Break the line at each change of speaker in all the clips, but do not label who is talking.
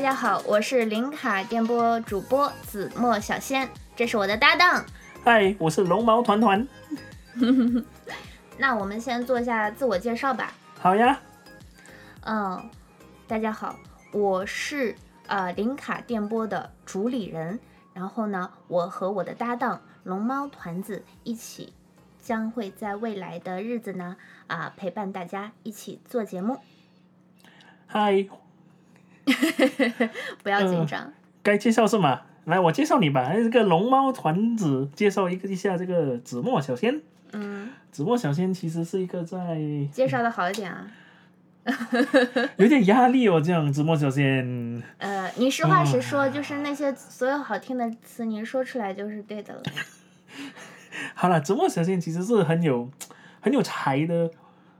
家好，我是零卡电波主播子墨小仙，这是我的搭档。
嗨，我是龙毛团团。
那我们先做一下自我介绍吧。
好呀，
嗯，大家好，我是呃零卡电波的主理人。然后呢，我和我的搭档龙猫团子一起，将会在未来的日子呢啊、陪伴大家一起做节目。
嗨，
不要紧
嗯
张，
该介绍是吗？来，我介绍你吧。哎这个龙猫团子介绍一个一下这个子墨小仙。
嗯，
子墨小仙其实是一个在
介绍的好一点啊。
有点压力哦，这样子墨小仙。
呃，你实话实说，就是那些所有好听的词，你说出来就是对的了。
好了，子墨小仙其实是很有很有才的，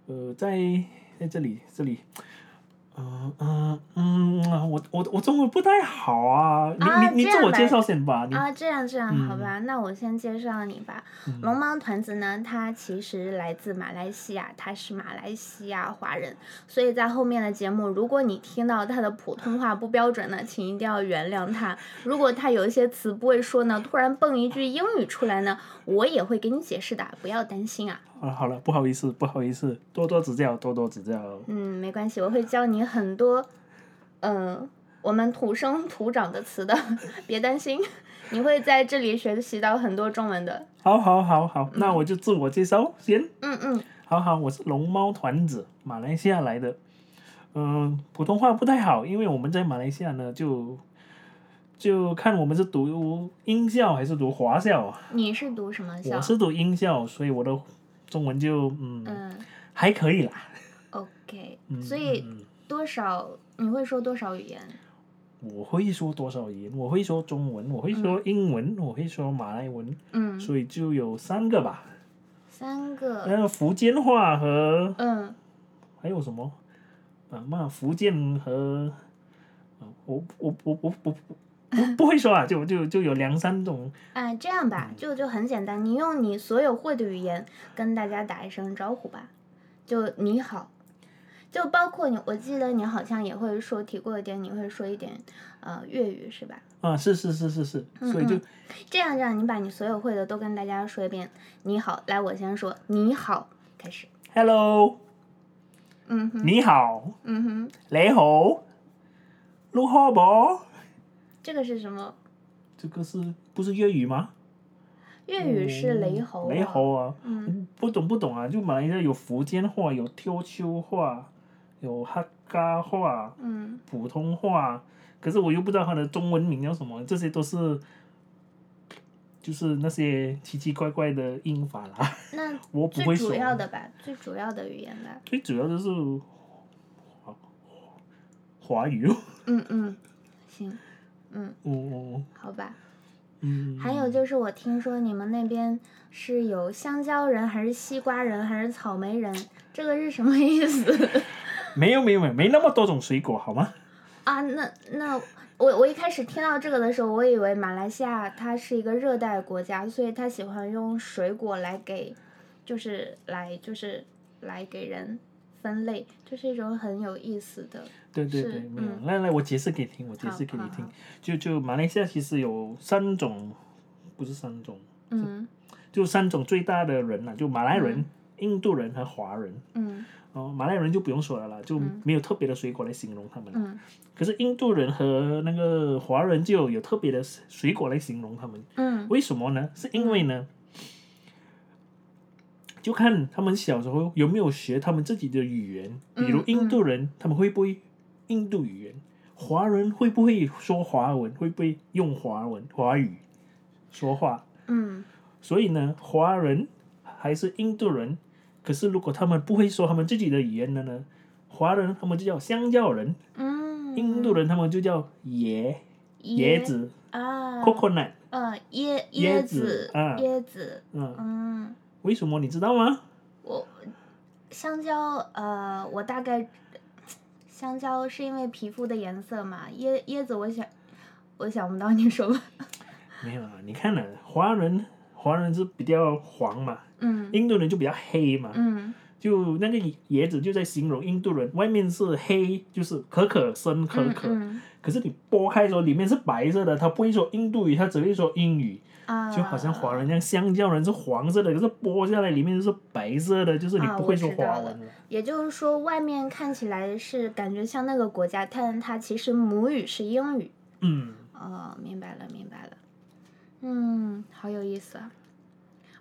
呃，在在这里这里。嗯嗯嗯，我我我中文不太好啊，你
啊
你你
这
自
样
我
吧
介绍先吧，你
啊，这样这样，
嗯
好吧，那我先介绍你吧。龙猫团子呢，它其实来自马来西亚，它是马来西亚华人，所以在后面的节目，如果你听到他的普通话不标准呢，请一定要原谅他。如果他有一些词不会说呢，突然蹦一句英语出来呢，我也会给你解释的，不要担心啊。
啊，好了，不好意思，不好意思，多多指教，多多指教。
嗯，没关系，我会教你很多，嗯、我们土生土长的词的， 别担心，你会在这里学习到很多中文的。
好，好，好，好，那我就自我介绍先。
嗯嗯，
好好，我是龙猫团子，马来西亚来的。嗯，普通话不太好，因为我们在马来西亚呢，就就看我们是读英校还是读华校啊。
你是读什么校？
我是读英校，所以我的中文就嗯
嗯
还可以啦。
，OK，
嗯
所以
嗯嗯
多少你会说多少语言？
我会说多少语言？我会说中文，我会说英文，我会说马来文，
嗯，呃
所以就有三个吧。
三个。
那福建话和
嗯，
还有什么？啊，那福建和，啊我我我我我不不会说啊，就就就有两三种。
啊，这样
嗯
吧，就就很简单，你用你所有会的语言跟大家打一声招呼吧，就你好，就包括你，我记得你好像也会说提过一点，你会说一点呃粤语是吧？
啊，是是是是是，
嗯
所以就
这样这样，你把你所有会的都跟大家说一遍。你好，来，我先说你好，开始。
Hello，
嗯哼，
你好，
嗯哼，
你好，你好不？
这个是什么？
这个是不是粤语吗？
粤语是雷猴、
嗯雷。猴啊，
嗯，
不懂不懂啊，就马来西亚有福建话，有 QQ 话，有客家话，
嗯，
普通话，可是我又不知道它的中文名叫什么，这些都是就是那些奇奇怪怪的音法啦，
那
我不
最
会说
主。要的吧，最主要的语言吧。
最主要就是华华语 哦，
嗯嗯，行，嗯，
嗯
好吧。
嗯，
还有就是，我听说你们那边是有香蕉人，还是西瓜人，还是草莓人？这个是什么意思
没有没有没有没那么多种水果好吗？
啊？那那我我一开始听到这个的时候，我以为马来西亚它是一个热带国家，所以它喜欢用水果来给，就是来就是来给人分类，这、是一种很有意思的。
对对
是
对，没有。
嗯
来来，我解释给你听，我解
好
释给
嗯
你
好
听
好。
就就马来西亚其实有三种，不是三种，
嗯
就三种最大的人啊啦，就马来人、印度人和华人。
嗯
哦，马来人就不用说了啦，就
嗯
没有特别的水果来形容他们。
嗯
可是印度人和那个华人就有特别的水果来形容他们，
嗯
为什么呢？是因为呢，就看他们小时候有没有学他们自己的语言，比如
嗯
印度人、他们会不会印度语言，华人会不会说华文，会不会用华文华语说话？
嗯
所以呢，华人还是印度人，可是如果他们不会说他们自己的语言的呢，华人他们就叫香蕉人，
嗯，
印度人他们就叫椰椰
椰
子
啊，
coconut，
呃，椰
椰
子
子，啊
椰子，
嗯，
嗯，
为什么你知道吗？
我香蕉，呃，我大概香蕉是因为皮肤的颜色嘛，椰椰子我想我想不到，你说吧，
没有啊，你看呢、华人华人是比较黄嘛，
嗯
印度人就比较黑嘛，
嗯
就那个椰子就在形容印度人，外面是黑，就是可可深可可，
嗯
可是你剥开的时候里面是白色的，他不会说印度语，他只会说英语，
嗯啊，
就好像华人一样，香蕉人是黄色的，可是剥下来里面是白色的，就是你
啊
不会
我
说
知道
华
了
文了。
也就是说，外面看起来是感觉像那个国家，但它其实母语是英语。
嗯，
哦，明白了，明白了。嗯，好有意思啊！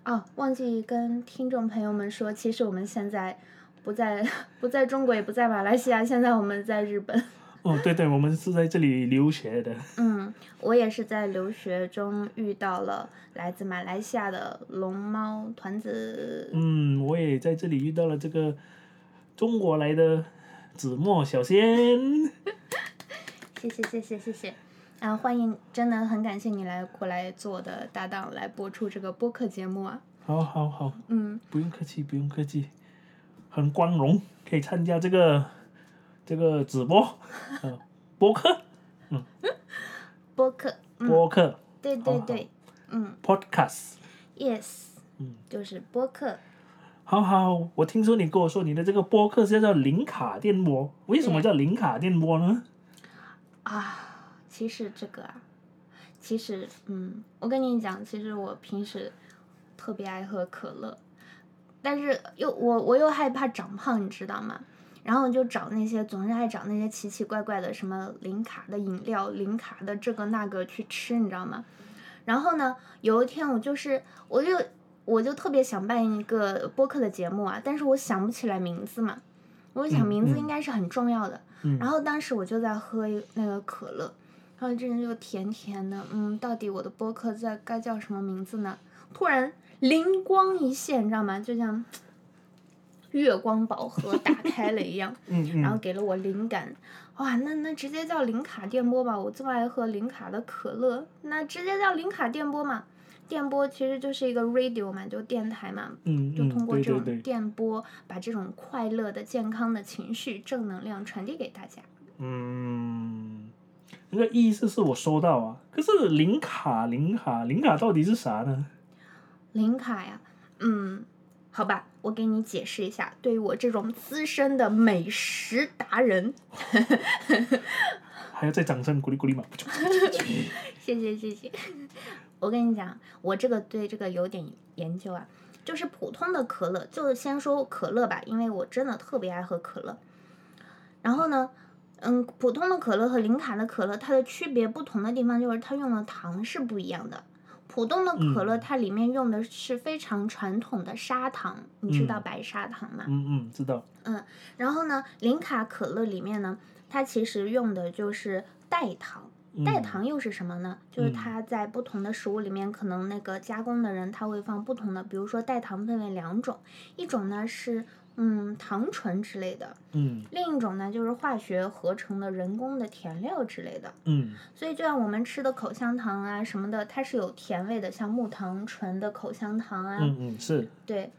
哦，忘记跟听众朋友们说，其实我们现在不在 不在中国，也不在马来西亚，现在我们在日本。
哦，对对，我们是在这里留学的。
嗯，我也是在留学中遇到了来自马来西亚的龙猫团子。
嗯，我也在这里遇到了这个中国来的子墨小仙。
谢谢谢谢谢谢，啊，欢迎，真的很感谢你来过来做我的搭档来播出这个播客节目啊，
好好好，
嗯，
不用客气，不用客气，很光荣可以参加这个这个直播，呃，播客
播客，嗯，
播客、
对对
好
对，嗯
podcast。
，yes，
嗯
就是播客，
好好，我听说你跟我说你的这个播客是叫零卡电波，为什么叫零卡电波呢？
啊，其实这个啊，其实嗯，我跟你讲，其实我平时特别爱喝可乐，但是又我我又害怕长胖，你知道吗？然后我就找那些总是爱找那些奇奇怪怪的什么零卡的饮料、零卡的这个那个去吃，你知道吗？然后呢，有一天我就是我就我就特别想办一个播客的节目啊，但是我想不起来名字嘛，我就想
嗯
名字
嗯
应该是很重要的，
嗯
然后当时我就在喝一那个可乐，然后这人就甜甜的，嗯，到底我的播客在该叫什么名字呢？突然灵光一现，你知道吗？就像月光宝盒打开了一样，
嗯
然后
嗯，
给了我灵感。哇，那那直接叫零卡电波吧，我这么爱喝零卡的可乐，那直接叫零卡电波嘛。电波其实就是一个 radio 嘛，就电台嘛，
嗯
就通
嗯，
过
对
这
对
种
对，
电波，把这种快乐的、健康的情绪、正能量传递给大家。
嗯，那个意思是我收到啊，可是零卡零卡零卡到底是啥呢？
零卡呀，嗯，好吧，我给你解释一下。对于我这种资深的美食达人，
还要再掌声鼓励鼓励嘛？
谢谢谢谢。我跟你讲，我这个对这个有点研究啊，就是普通的可乐，就先说可乐吧，因为我真的特别爱喝可乐。然后呢，嗯，普通的可乐和零卡的可乐，它的区别不同的地方就是它用的糖是不一样的。普通的可乐，
嗯
它里面用的是非常传统的砂糖，你知道
嗯
白砂糖吗？
嗯嗯，知 道。
然后呢，零卡可乐里面呢，它其实用的就是代糖。
嗯
代糖又是什么呢？就是
嗯
它在不同的食物里面，可能那个加工的人他会放不同的，比如说代糖分为两种，一种呢是嗯糖醇之类的，
嗯
另一种呢就是化学合成的人工的甜料之类的。
嗯
所以就像我们吃的口香糖啊什么的，它是有甜味的，像木糖醇的口香糖啊，
嗯嗯，是，
对，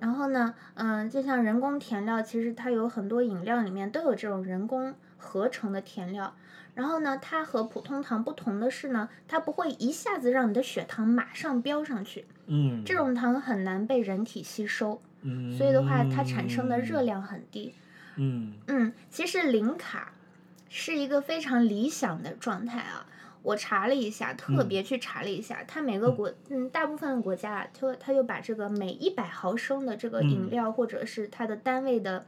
然后呢，嗯，就像人工甜料，其实它有很多饮料里面都有这种人工合成的甜料。然后呢，它和普通糖不同的是呢，它不会一下子让你的血糖马上飙上去，
嗯，
这种糖很难被人体吸收，
嗯，
所以的话，它产生的热量很低。
嗯，
嗯，其实零卡是一个非常理想的状态啊。我查了一下，特
嗯
别去查了一下，它每个国，嗯，大部分国家啊，就它就把这个每一百毫升的这个饮
嗯
料，或者是它的单位的，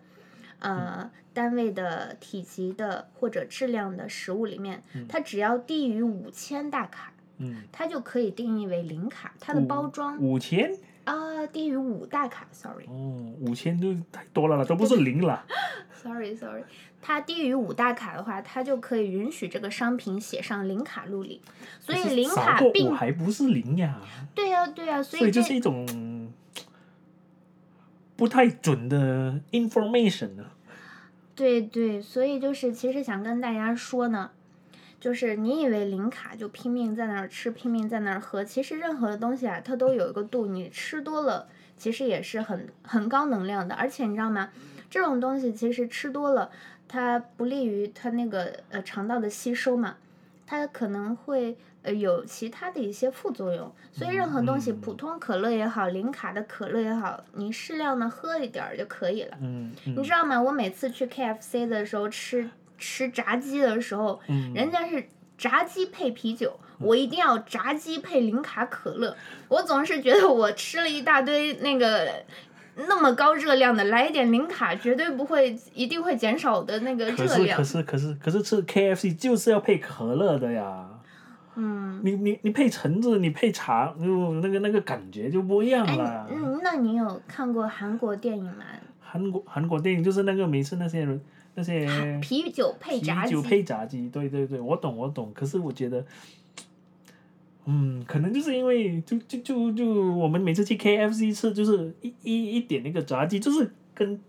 呃，单位的体积的或者质量的食物里面，
嗯
它只要低于五千大卡，
嗯
它就可以定义为零卡。它的
五
包装
五千
啊、低于五大卡，sorry，
哦，五千就太多了啦，都不是零啦。
Sorry Sorry，它低于五大卡的话，它就可以允许这个商品写上零卡路里，所以
可是
零
少
卡
过五
并
还不是零呀，
对呀、对呀、所
所以
这
就是一种不太准的 information 啊呢。
对对，所以就是其实想跟大家说呢，就是你以为零卡就拼命在那儿吃，拼命在那儿喝，其实任何的东西啊，它都有一个度，你吃多了其实也是很很高能量的，而且你知道吗？这种东西其实吃多了，它不利于它那个呃肠道的吸收嘛。它可能会呃有其他的一些副作用。所以任何东西，
嗯
普通可乐也好，零卡的可乐也好，你适量的喝一点儿就可以了。
嗯
你
嗯
知道吗？我每次去 KFC 的时候吃吃炸鸡的时候，
嗯，
人家是炸鸡配啤酒，我一定要炸鸡配零卡可乐。我总是觉得我吃了一大堆那个那么高热量的，来一点零卡绝对不会，一定会减少我的那个
可
热
是
量
可。是可是可是吃 KFC 就是要配可乐的呀。
嗯，
你你你配橙子，你配茶，嗯那个那个感觉就不一样
哎，
了。啊
你嗯，那你有看过韩国电影吗？
韩国韩国电影就是那个每次那些人那些
啤酒配
呃啤
炸鸡
酒，配炸鸡，对对对，我懂我懂。可是我觉得，嗯，可能就是因为就就就就我们每次去 KFC 吃，就是一一一点那个炸鸡，就是跟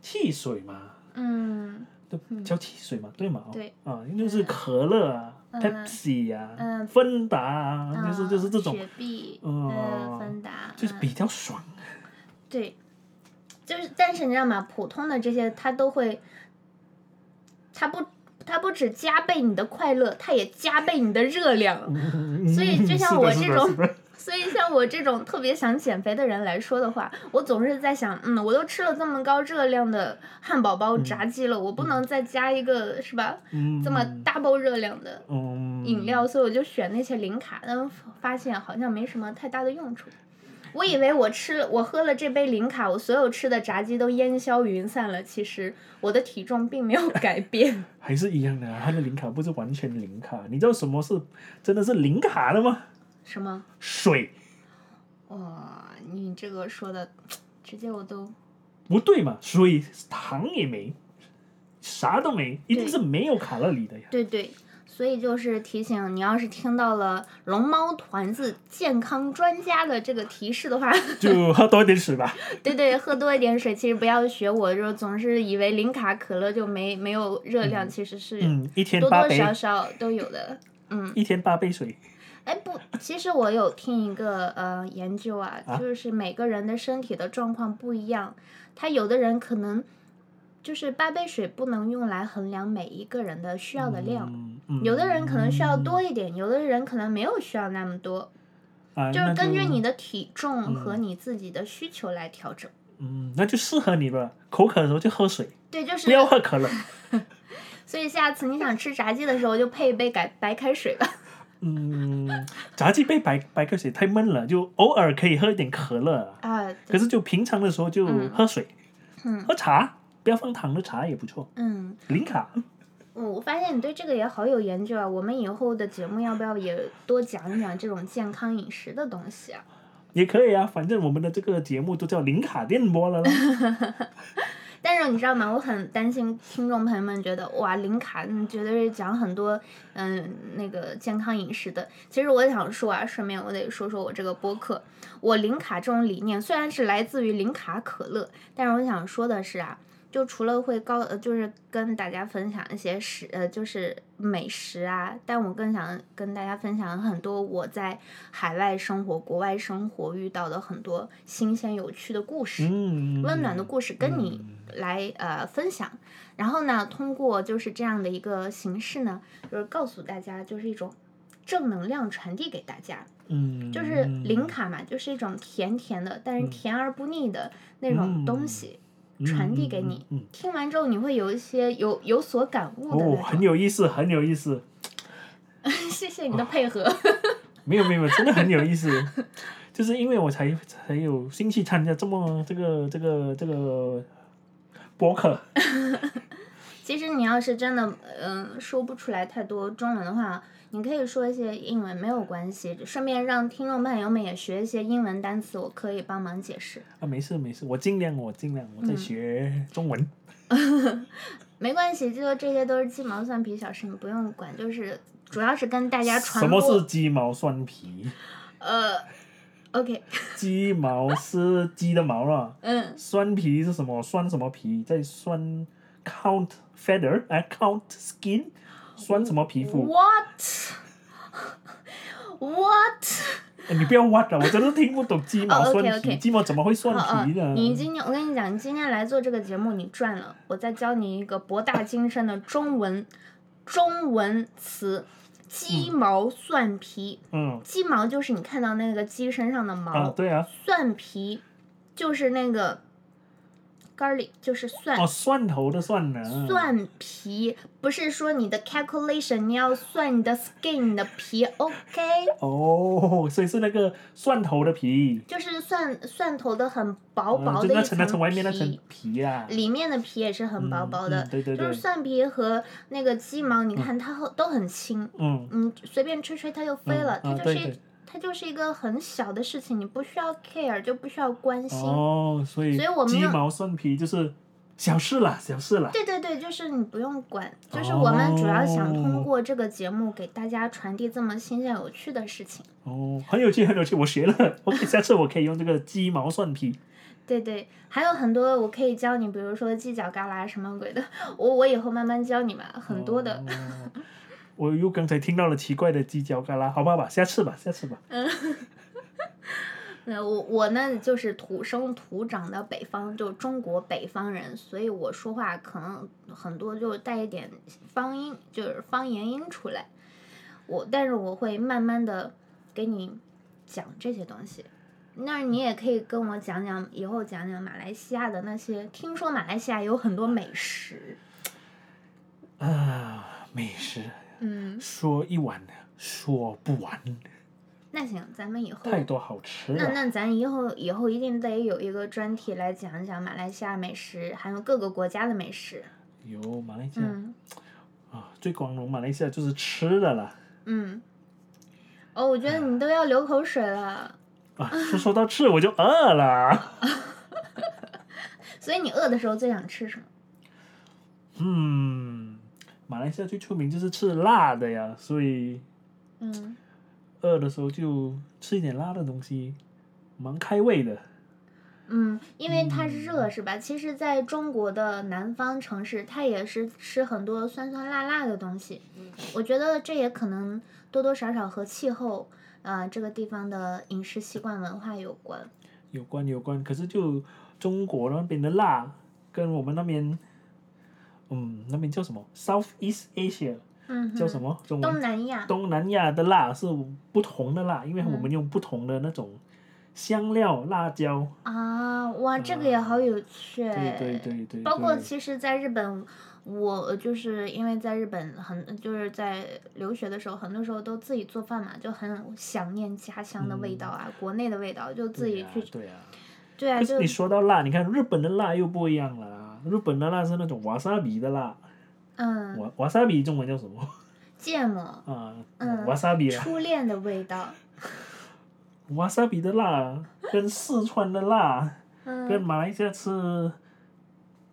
汽水嘛，
嗯
都
嗯
叫汽水嘛，对嘛？哦
对
啊，就是可乐啊、
嗯
Pepsi 呀、
嗯
芬达啊，
啊，
就是就是这种，
雪碧，
嗯
呃，芬达，
就是
嗯
比较爽。
对，就是但是你知道吗？普通的这些它都会，它不它不止加倍你的快乐，它也加倍你的热
嗯
量。所以就像我这种
是的是的是的
所以像我这种特别想减肥的人来说的话，我总是在想，嗯，我都吃了这么高热量的汉堡包、炸鸡了，我不能再加一个是吧？
嗯
这么 double 热量的。
嗯
饮料，所以我就选那些零卡，但我发现好像没什么太大的用处。我以为我吃了我喝了这杯零卡，我所有吃的炸鸡都烟消云散了。其实我的体重并没 有改变。
还是一样的、啊，它的零卡不是完全零卡。你知道什么是真的是零卡的吗？
什么？
水
哇，你这个说的，直接我都
不对嘛，水糖也没，啥都没，一定是没有卡路里的呀。
对对。所以就是提醒你，要是听到了龙猫团子健康专家的这个提示的话，
就喝多一点水吧。
对对，喝多一点水。其实不要学我，就是总是以为零卡可乐就没没有热量，其实是
嗯，一天
多
八
多
杯，
少少都有的。
一天八杯水。
哎，不，其实我有听一个呃研究啊，
啊
就是每个人的身体的状况不一样，他有的人可能就是八杯水不能用来衡量每一个人的需要的量。
嗯嗯
有的人可能需要多一点，有的人可能没有需要那么多，
啊，
就是
那
根据你的体重
嗯
和你自己的需求来调整。
嗯，那就适合你吧。口渴的时候就喝水，
对，就
不
是，
要喝可乐。
所以下次你想吃炸鸡的时候，就配一杯白白开水吧。
嗯，炸鸡配白白开水太闷了，就偶尔可以喝一点可乐 啊。
啊，
可是就平常的时候就
嗯
喝水，
嗯
喝茶，不要放糖的茶也不错。
嗯，
零卡，
嗯，我发现你对这个也好有研究啊！我们以后的节目要不要也多讲一讲这种健康饮食的东西啊？
也可以啊，反正我们的这个节目都叫零卡电波 了啦。
但是你知道吗？我很担心听众朋友们觉得哇，林卡嗯，绝对是讲很多嗯那个健康饮食的。其实我也想说啊，顺便我得说说我这个播客，我零卡这种理念虽然是来自于零卡可乐，但是我想说的是啊。就除了会高，呃，就是跟大家分享一些食，呃，就是美食啊，但我更想跟大家分享很多我在海外生活、国外生活遇到的很多新鲜有趣的故事。
嗯，
温暖的故事跟你来呃分享，然后呢，通过就是这样的一个形式呢，就是告诉大家，就是一种正能量传递给大家，
嗯，
就是零卡嘛，就是一种甜甜的，但是甜而不腻的那种东
嗯
西，传递给你
嗯，嗯嗯
听完之后你会有一些有有所感悟的
哦，
那
很
种。
有意思，很有意思，
谢谢你的配合，
没有没有，真的很有意 思。就是因为我才才有兴趣参加这么这个这个这个播客，
其实你要是真的，嗯、说不出来太多中文的话，你可以说一些英文，没有关系。顺便让听众朋友们也学一些英文单词，我可以帮忙解释，
啊，没事没事，我尽量我尽量我
嗯
在学中文。
没关系。就这些都是鸡毛蒜皮小事，你不用管。就是主要是跟大家
什
传
么
播。
是鸡毛蒜皮？
呃，OK，
鸡毛是鸡的毛了。
嗯，
酸皮是什么？酸什么皮？在酸 count feather 哎 count skin，酸什么皮
哦
肤？
What？What？
哎你不要 what 了，我真的听不懂鸡 毛
哦
蒜
，OK，
皮
OK
鸡毛怎么会蒜
哦哦，
皮呢？
你今天我跟你讲，你今天来做这个节目，你赚了。我再教你一个博大精深的中文中文词，鸡毛蒜皮，
嗯
鸡毛就是你看到那个鸡身上的毛，
啊，对啊，
蒜皮就是那个 garlic，就是蒜。
哦，蒜头的蒜啊呢？
蒜皮不是说你的 calculation，你要算你的 skin，你的皮，OK，
哦，所以是那个蒜头的皮，
就是蒜蒜头的很薄薄
嗯
的一
就那
层皮，
层那层外面那层皮啊，
里面的皮也是很薄薄的，
嗯嗯对对
就
对
是蒜皮和那个鸡毛，你看它很都很轻，
嗯，
你随便吹吹它就飞了，
嗯
它
啊
就是
对
一
对
它就是一个很小的事情，你不需要 care，就不需要关心。
哦，所以
所以我没
鸡
有
毛蒜皮就是小事啦，小事啦。
对对对，就是你不用管，就是我们主要想
哦
通过这个节目给大家传递这么新鲜有趣的事情。
哦，很有趣，很有趣，我学了。OK，下 次我可以用这个鸡毛蒜皮。
对对，还有很多我可以教你，比如说犄角旮旯什么鬼的，我我以后慢慢教你吧，很多的。
哦 我又刚才听到了奇怪的犄角旮旯，好吧吧，下次吧，下次吧。
那我我呢，就是土生土长的北方，就中国北方人，所以我说话可能很多就带一点方音，就是方言音出来。我但是我会慢慢的给你讲这些东西，那你也可以跟我讲讲，以后讲讲马来西亚的那些。听说马来西亚有很多美食，
啊，美食
嗯，
说一碗说不完，
那行，咱们以后
太多好吃
哦那
了。
那咱以后以后一定得有一个专题来讲一讲马来西亚美食，还有各个国家的美食，
有马来西亚、
嗯。
啊，最光荣马来西亚就是吃的啦。
嗯，哦，我觉得你都要流口水了，
啊，说说到吃我就饿了。
所以你饿的时候最想吃什么？
嗯，马来西亚最出名就是吃辣的呀，所以
嗯，
饿的时候就吃一点辣的东西，蛮开胃的。
嗯，因为它是热是吧？其实，在中国的南方城市，它也是吃很多酸酸辣辣的东西。我觉得这也可能多多少少和气候，呃，这个地方的饮食习惯文化有关。
有关有关，可是就中国那边的辣，跟我们那边，嗯，那边叫什么 South East Asia
嗯哼，
叫什么中
东
文？
南亚。
东南亚的辣是不同的辣，因为
嗯
我们用不同的那种香料、辣椒。
啊，哇，这个也好有趣哎。
对对对对。
包括
对
其实，在日本，我呃就是因为在日本很就是在留学的时候，很多时候都自己做饭嘛，就很想念家乡的味道啊，国内的味道，就自己去
嗯对啊。
对啊，
可是
就
你说到辣，你看日本的辣又不一样了。日本的辣是那种瓦萨比的辣，
嗯，
瓦瓦萨比中文叫什么
芥末，
啊？
嗯
瓦萨比啊，
初恋的味 道，
瓦萨比的辣跟四川的辣跟
嗯
马来西亚吃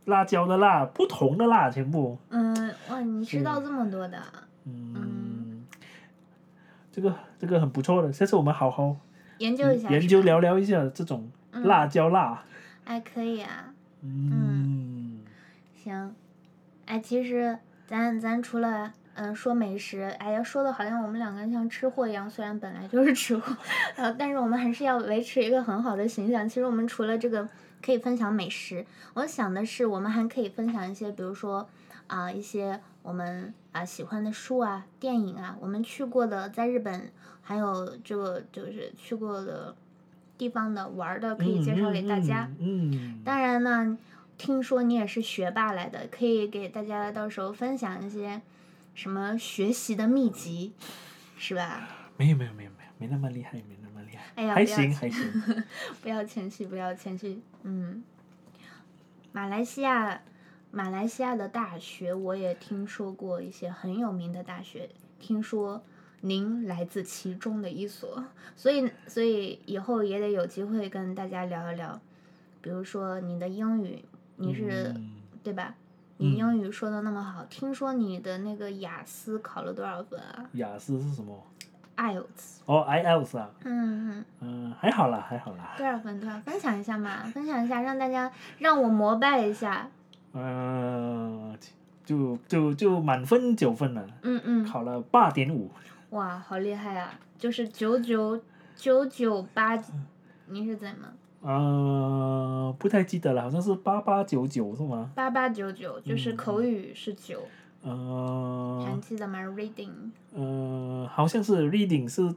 辣椒的辣不同的辣，全部
嗯，哇，你知道这么多的，
嗯，这个这个很不错的，下次我们好好
研究一下，
嗯
嗯
研究，聊聊一下这种辣椒辣，
哎，可以啊，
嗯，
行，哎，其实咱咱除了嗯、说美食，哎呀说的好像我们两个人像吃货一样，虽然本来就是吃货， 呃，但是我们还是要维持一个很好的形象。其实我们除了这个可以分享美食，我想的是我们还可以分享一些，比如说啊、一些我们啊、喜欢的书啊、电影啊，我们去过的，在日本还有这个就是去过的地方的玩儿的，可以介绍给大家。
嗯，嗯，嗯
当然呢，听说你也是学霸来的，可以给大家到时候分享一些什么学习的秘籍，是吧？
没有没有没有没有没那么厉害，没那么厉害，
哎呀，不
还
要
行还行，
不要谦虚，不要谦虚，嗯。马来西亚，马来西亚的大学我也听说过一些很有名的大学，听说您来自其中的一所，所以所以以后也得有机会跟大家聊一聊，比如说你的英语， 你是、
嗯
对吧？你
嗯
英语说的那么好，听说你的那个雅思考了多少分啊
雅思是什么？
？IELTS，
哦，IELTS 啊，
嗯，嗯，
嗯，还好啦还好啦，
多少分？多少？分享一下嘛，分享一下，让大家让我膜拜一下。
嗯，就就就满分九分了，
嗯嗯，
考了八点五。
哇，好厉害啊！就是九九九九八，
嗯
你是怎么？
呃，不太记得了，好像是八八九九是吗？嗯
八八九九，就是口语是九、
呃哦
还记得吗？Reading，
呃，好像是 reading 是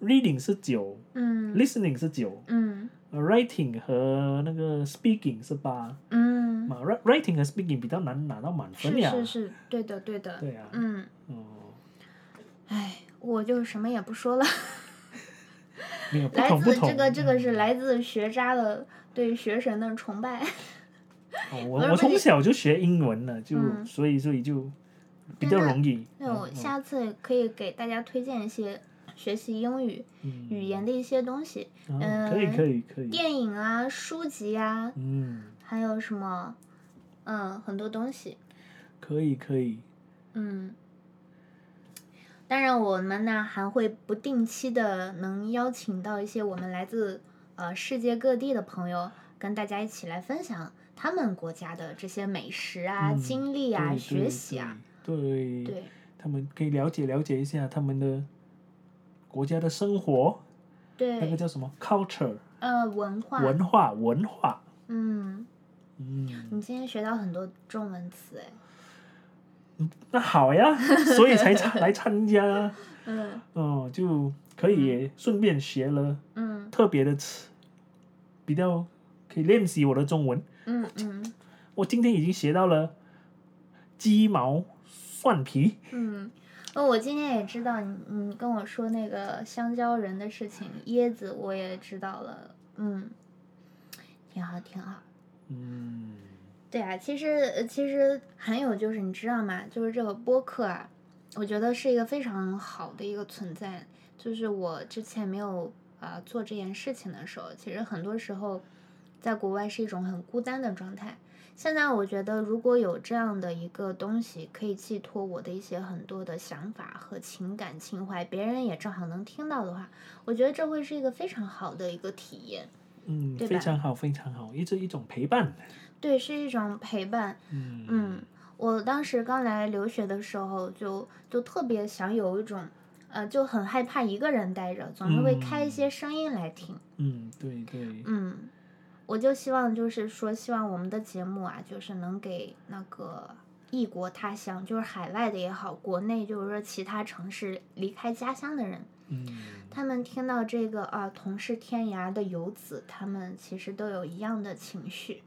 reading 是九、l i
嗯
s t e n i n g 是九
嗯
呃，writing 和那个 speaking 是八、
嗯，
嘛，wri-，writing 和 speaking 比较难拿到满分
是
呀。
是是，对的对的，
啊对呀、啊，
嗯，
哦，
哎，我就什么也不说了。
没有不
来
同不
自
同。
这个这个是来自学渣的对学神的崇 拜，
哦
不是
我我从小就学英文了，就、
嗯
所以所以就比较容易。
那我
嗯
下次可以给大家推荐一些学习英语
嗯
语言的一些东西，
嗯
嗯
可以可以可以，
电影啊、书籍啊，
嗯，
还有什么，嗯，很多东西，
可以可以，
嗯。当然，我们呢还会不定期的能邀请到一些我们来自呃世界各地的朋友，跟大家一起来分享他们国家的这些美食啊、
嗯
经历啊、
对
学习啊，，
对对
对，
他们可以了解了解一下他们的国家的生活，那个
对，
叫什么 culture
呃，文化，
文化文化，
嗯，
嗯，
你今天学到很多中文词哎，
那 好呀，所以才参来参加啊，
嗯
哦、就可以顺便学了
嗯
特别的词，比较可以练习我的中文。
嗯嗯
我今天已经学到了鸡毛蒜皮，
嗯，哦，我今天也知道你你跟我说那个香蕉人的事情，椰子我也知道了，嗯，挺好挺好。
嗯，
对啊，其实呃其实还有就是你知道吗？就是这个播客啊，我觉得是一个非常好的一个存在。就是我之前没有呃做这件事情的时候，其实很多时候在国外是一种很孤单的状态。现在我觉得如果有这样的一个东西，可以寄托我的一些很多的想法和情感情怀，别人也正好能听到的话，我觉得这会是一个非常好的一个体验。
嗯，
对吧
非常好，非常好，一直一种陪伴，
对，是一种陪伴。
嗯
嗯，我当时刚来留学的时候就，就特别想有一种，呃，就很害怕一个人待着，总是会开一
嗯
些声音来听。
嗯，对对，
嗯我就希望就是说，希望我们的节目啊，就是能给那个异国他乡，就是海外的也好，国内就是说其他城市离开家乡的人，
嗯
他们听到这个啊、同是天涯的游子，他们其实都有一样的情绪。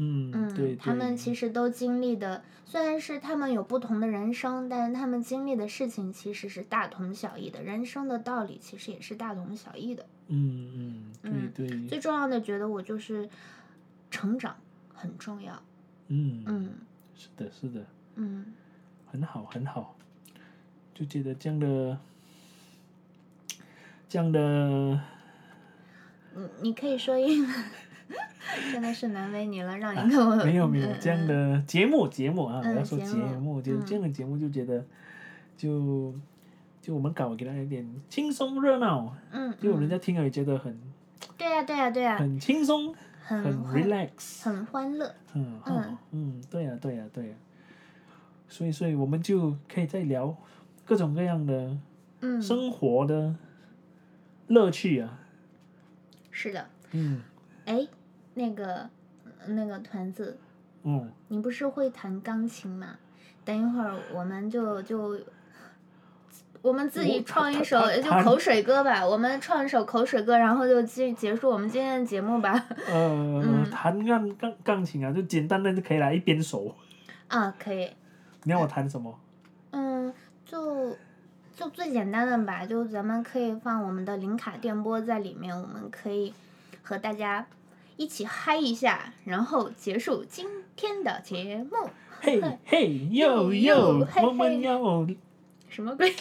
嗯，对，
嗯，他们其
实
实都经历的，虽然是他们有不同的人生，但是他们经历的事情其实是大同小异的，人生的道理其实也是大同小异的。
嗯嗯，
嗯
对对，
最重要的，觉得我就是成长很重要。
嗯
嗯
是的，是的，
嗯
很好，很好，就觉得这样的，这样的，
嗯，你可以说英文， 真的是难为你了，让你跟我、
啊没有没有
嗯
这样。
嗯
的节目节目啊，我
嗯
要说
节
节
目
目，就
嗯
这样的节目就觉得，就就我们搞给大家一点轻松热闹，
嗯，
就
嗯
人家听了也觉得很
对呀、对呀、对呀、
很轻松，
嗯很
很
欢
relax，
很欢乐。
嗯哦嗯，对呀、对呀、对呀、所以所以我们就可以再聊各种各样的
嗯，
生活的乐趣啊，
是的。
嗯
哎，那个那个团子，
嗯，
你不是会弹钢琴吗？等一会儿我们就就，我们自己
我
创一
弹
首
弹
就
弹
口水歌吧，我们创一首口水歌，然后就结结束我们今天的节目吧。
呃，
嗯
弹钢钢钢琴啊，就简单的就可以来一边手。
啊，可以，
你要我弹 什么？
嗯，就就最简单的吧，就咱们可以放我们的零卡电波在里面，我们可以和大家一起嗨一下，然后结束今天的节目。
嘿嘿
哟
哟哟，
嘿
我们
嘿
要哦
什么鬼？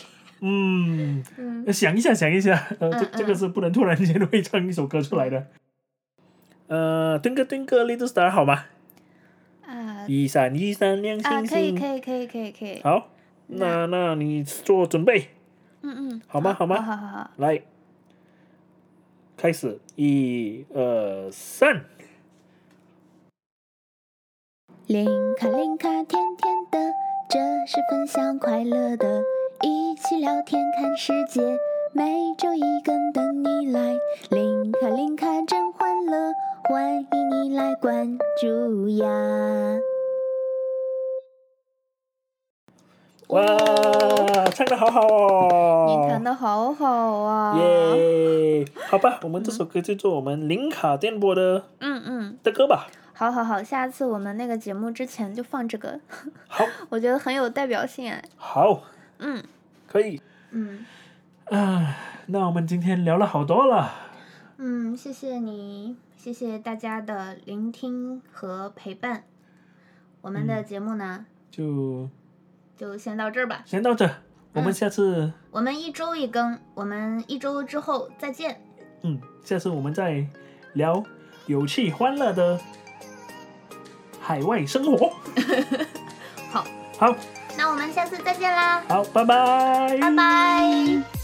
嗯，
嗯。
想一下，想一下，呃，
嗯
这这个
嗯
是不能突然间会唱一首歌出来的。
嗯
呃，登个登个 Little Star 好吗？
啊
一闪一闪亮
啊，
星
可以
星。
可以可以可以可以。
好，那那你做准备
嗯嗯。
好吗？好吗？
好好好。
来，开始，一二三。
零卡零卡，甜甜的，这是分享快乐的，一起聊天看世界，每周一更等你来。零卡零卡，真欢乐，欢迎你来关注呀。
哇，唱的好好
你哦弹
哦！
的好好啊！
耶，好吧，我们这首歌就做我们林卡电波的
嗯嗯，
的歌吧。
好好好，下次我们那个节目之前就放这个，
好，
我觉得很有代表性哎。
好，
嗯
可以
嗯
啊。那我们今天聊了好多了，
嗯，谢谢你，谢谢大家的聆听和陪伴。我们的节目呢，
就
就先到这儿吧。
先到这，我们
嗯
下次，
我们一周一更，我们一周之后再见。
嗯，下次我们再聊有趣欢乐的海外生活。
好，
好，
那我们下次再见啦，
好，拜拜，
拜拜。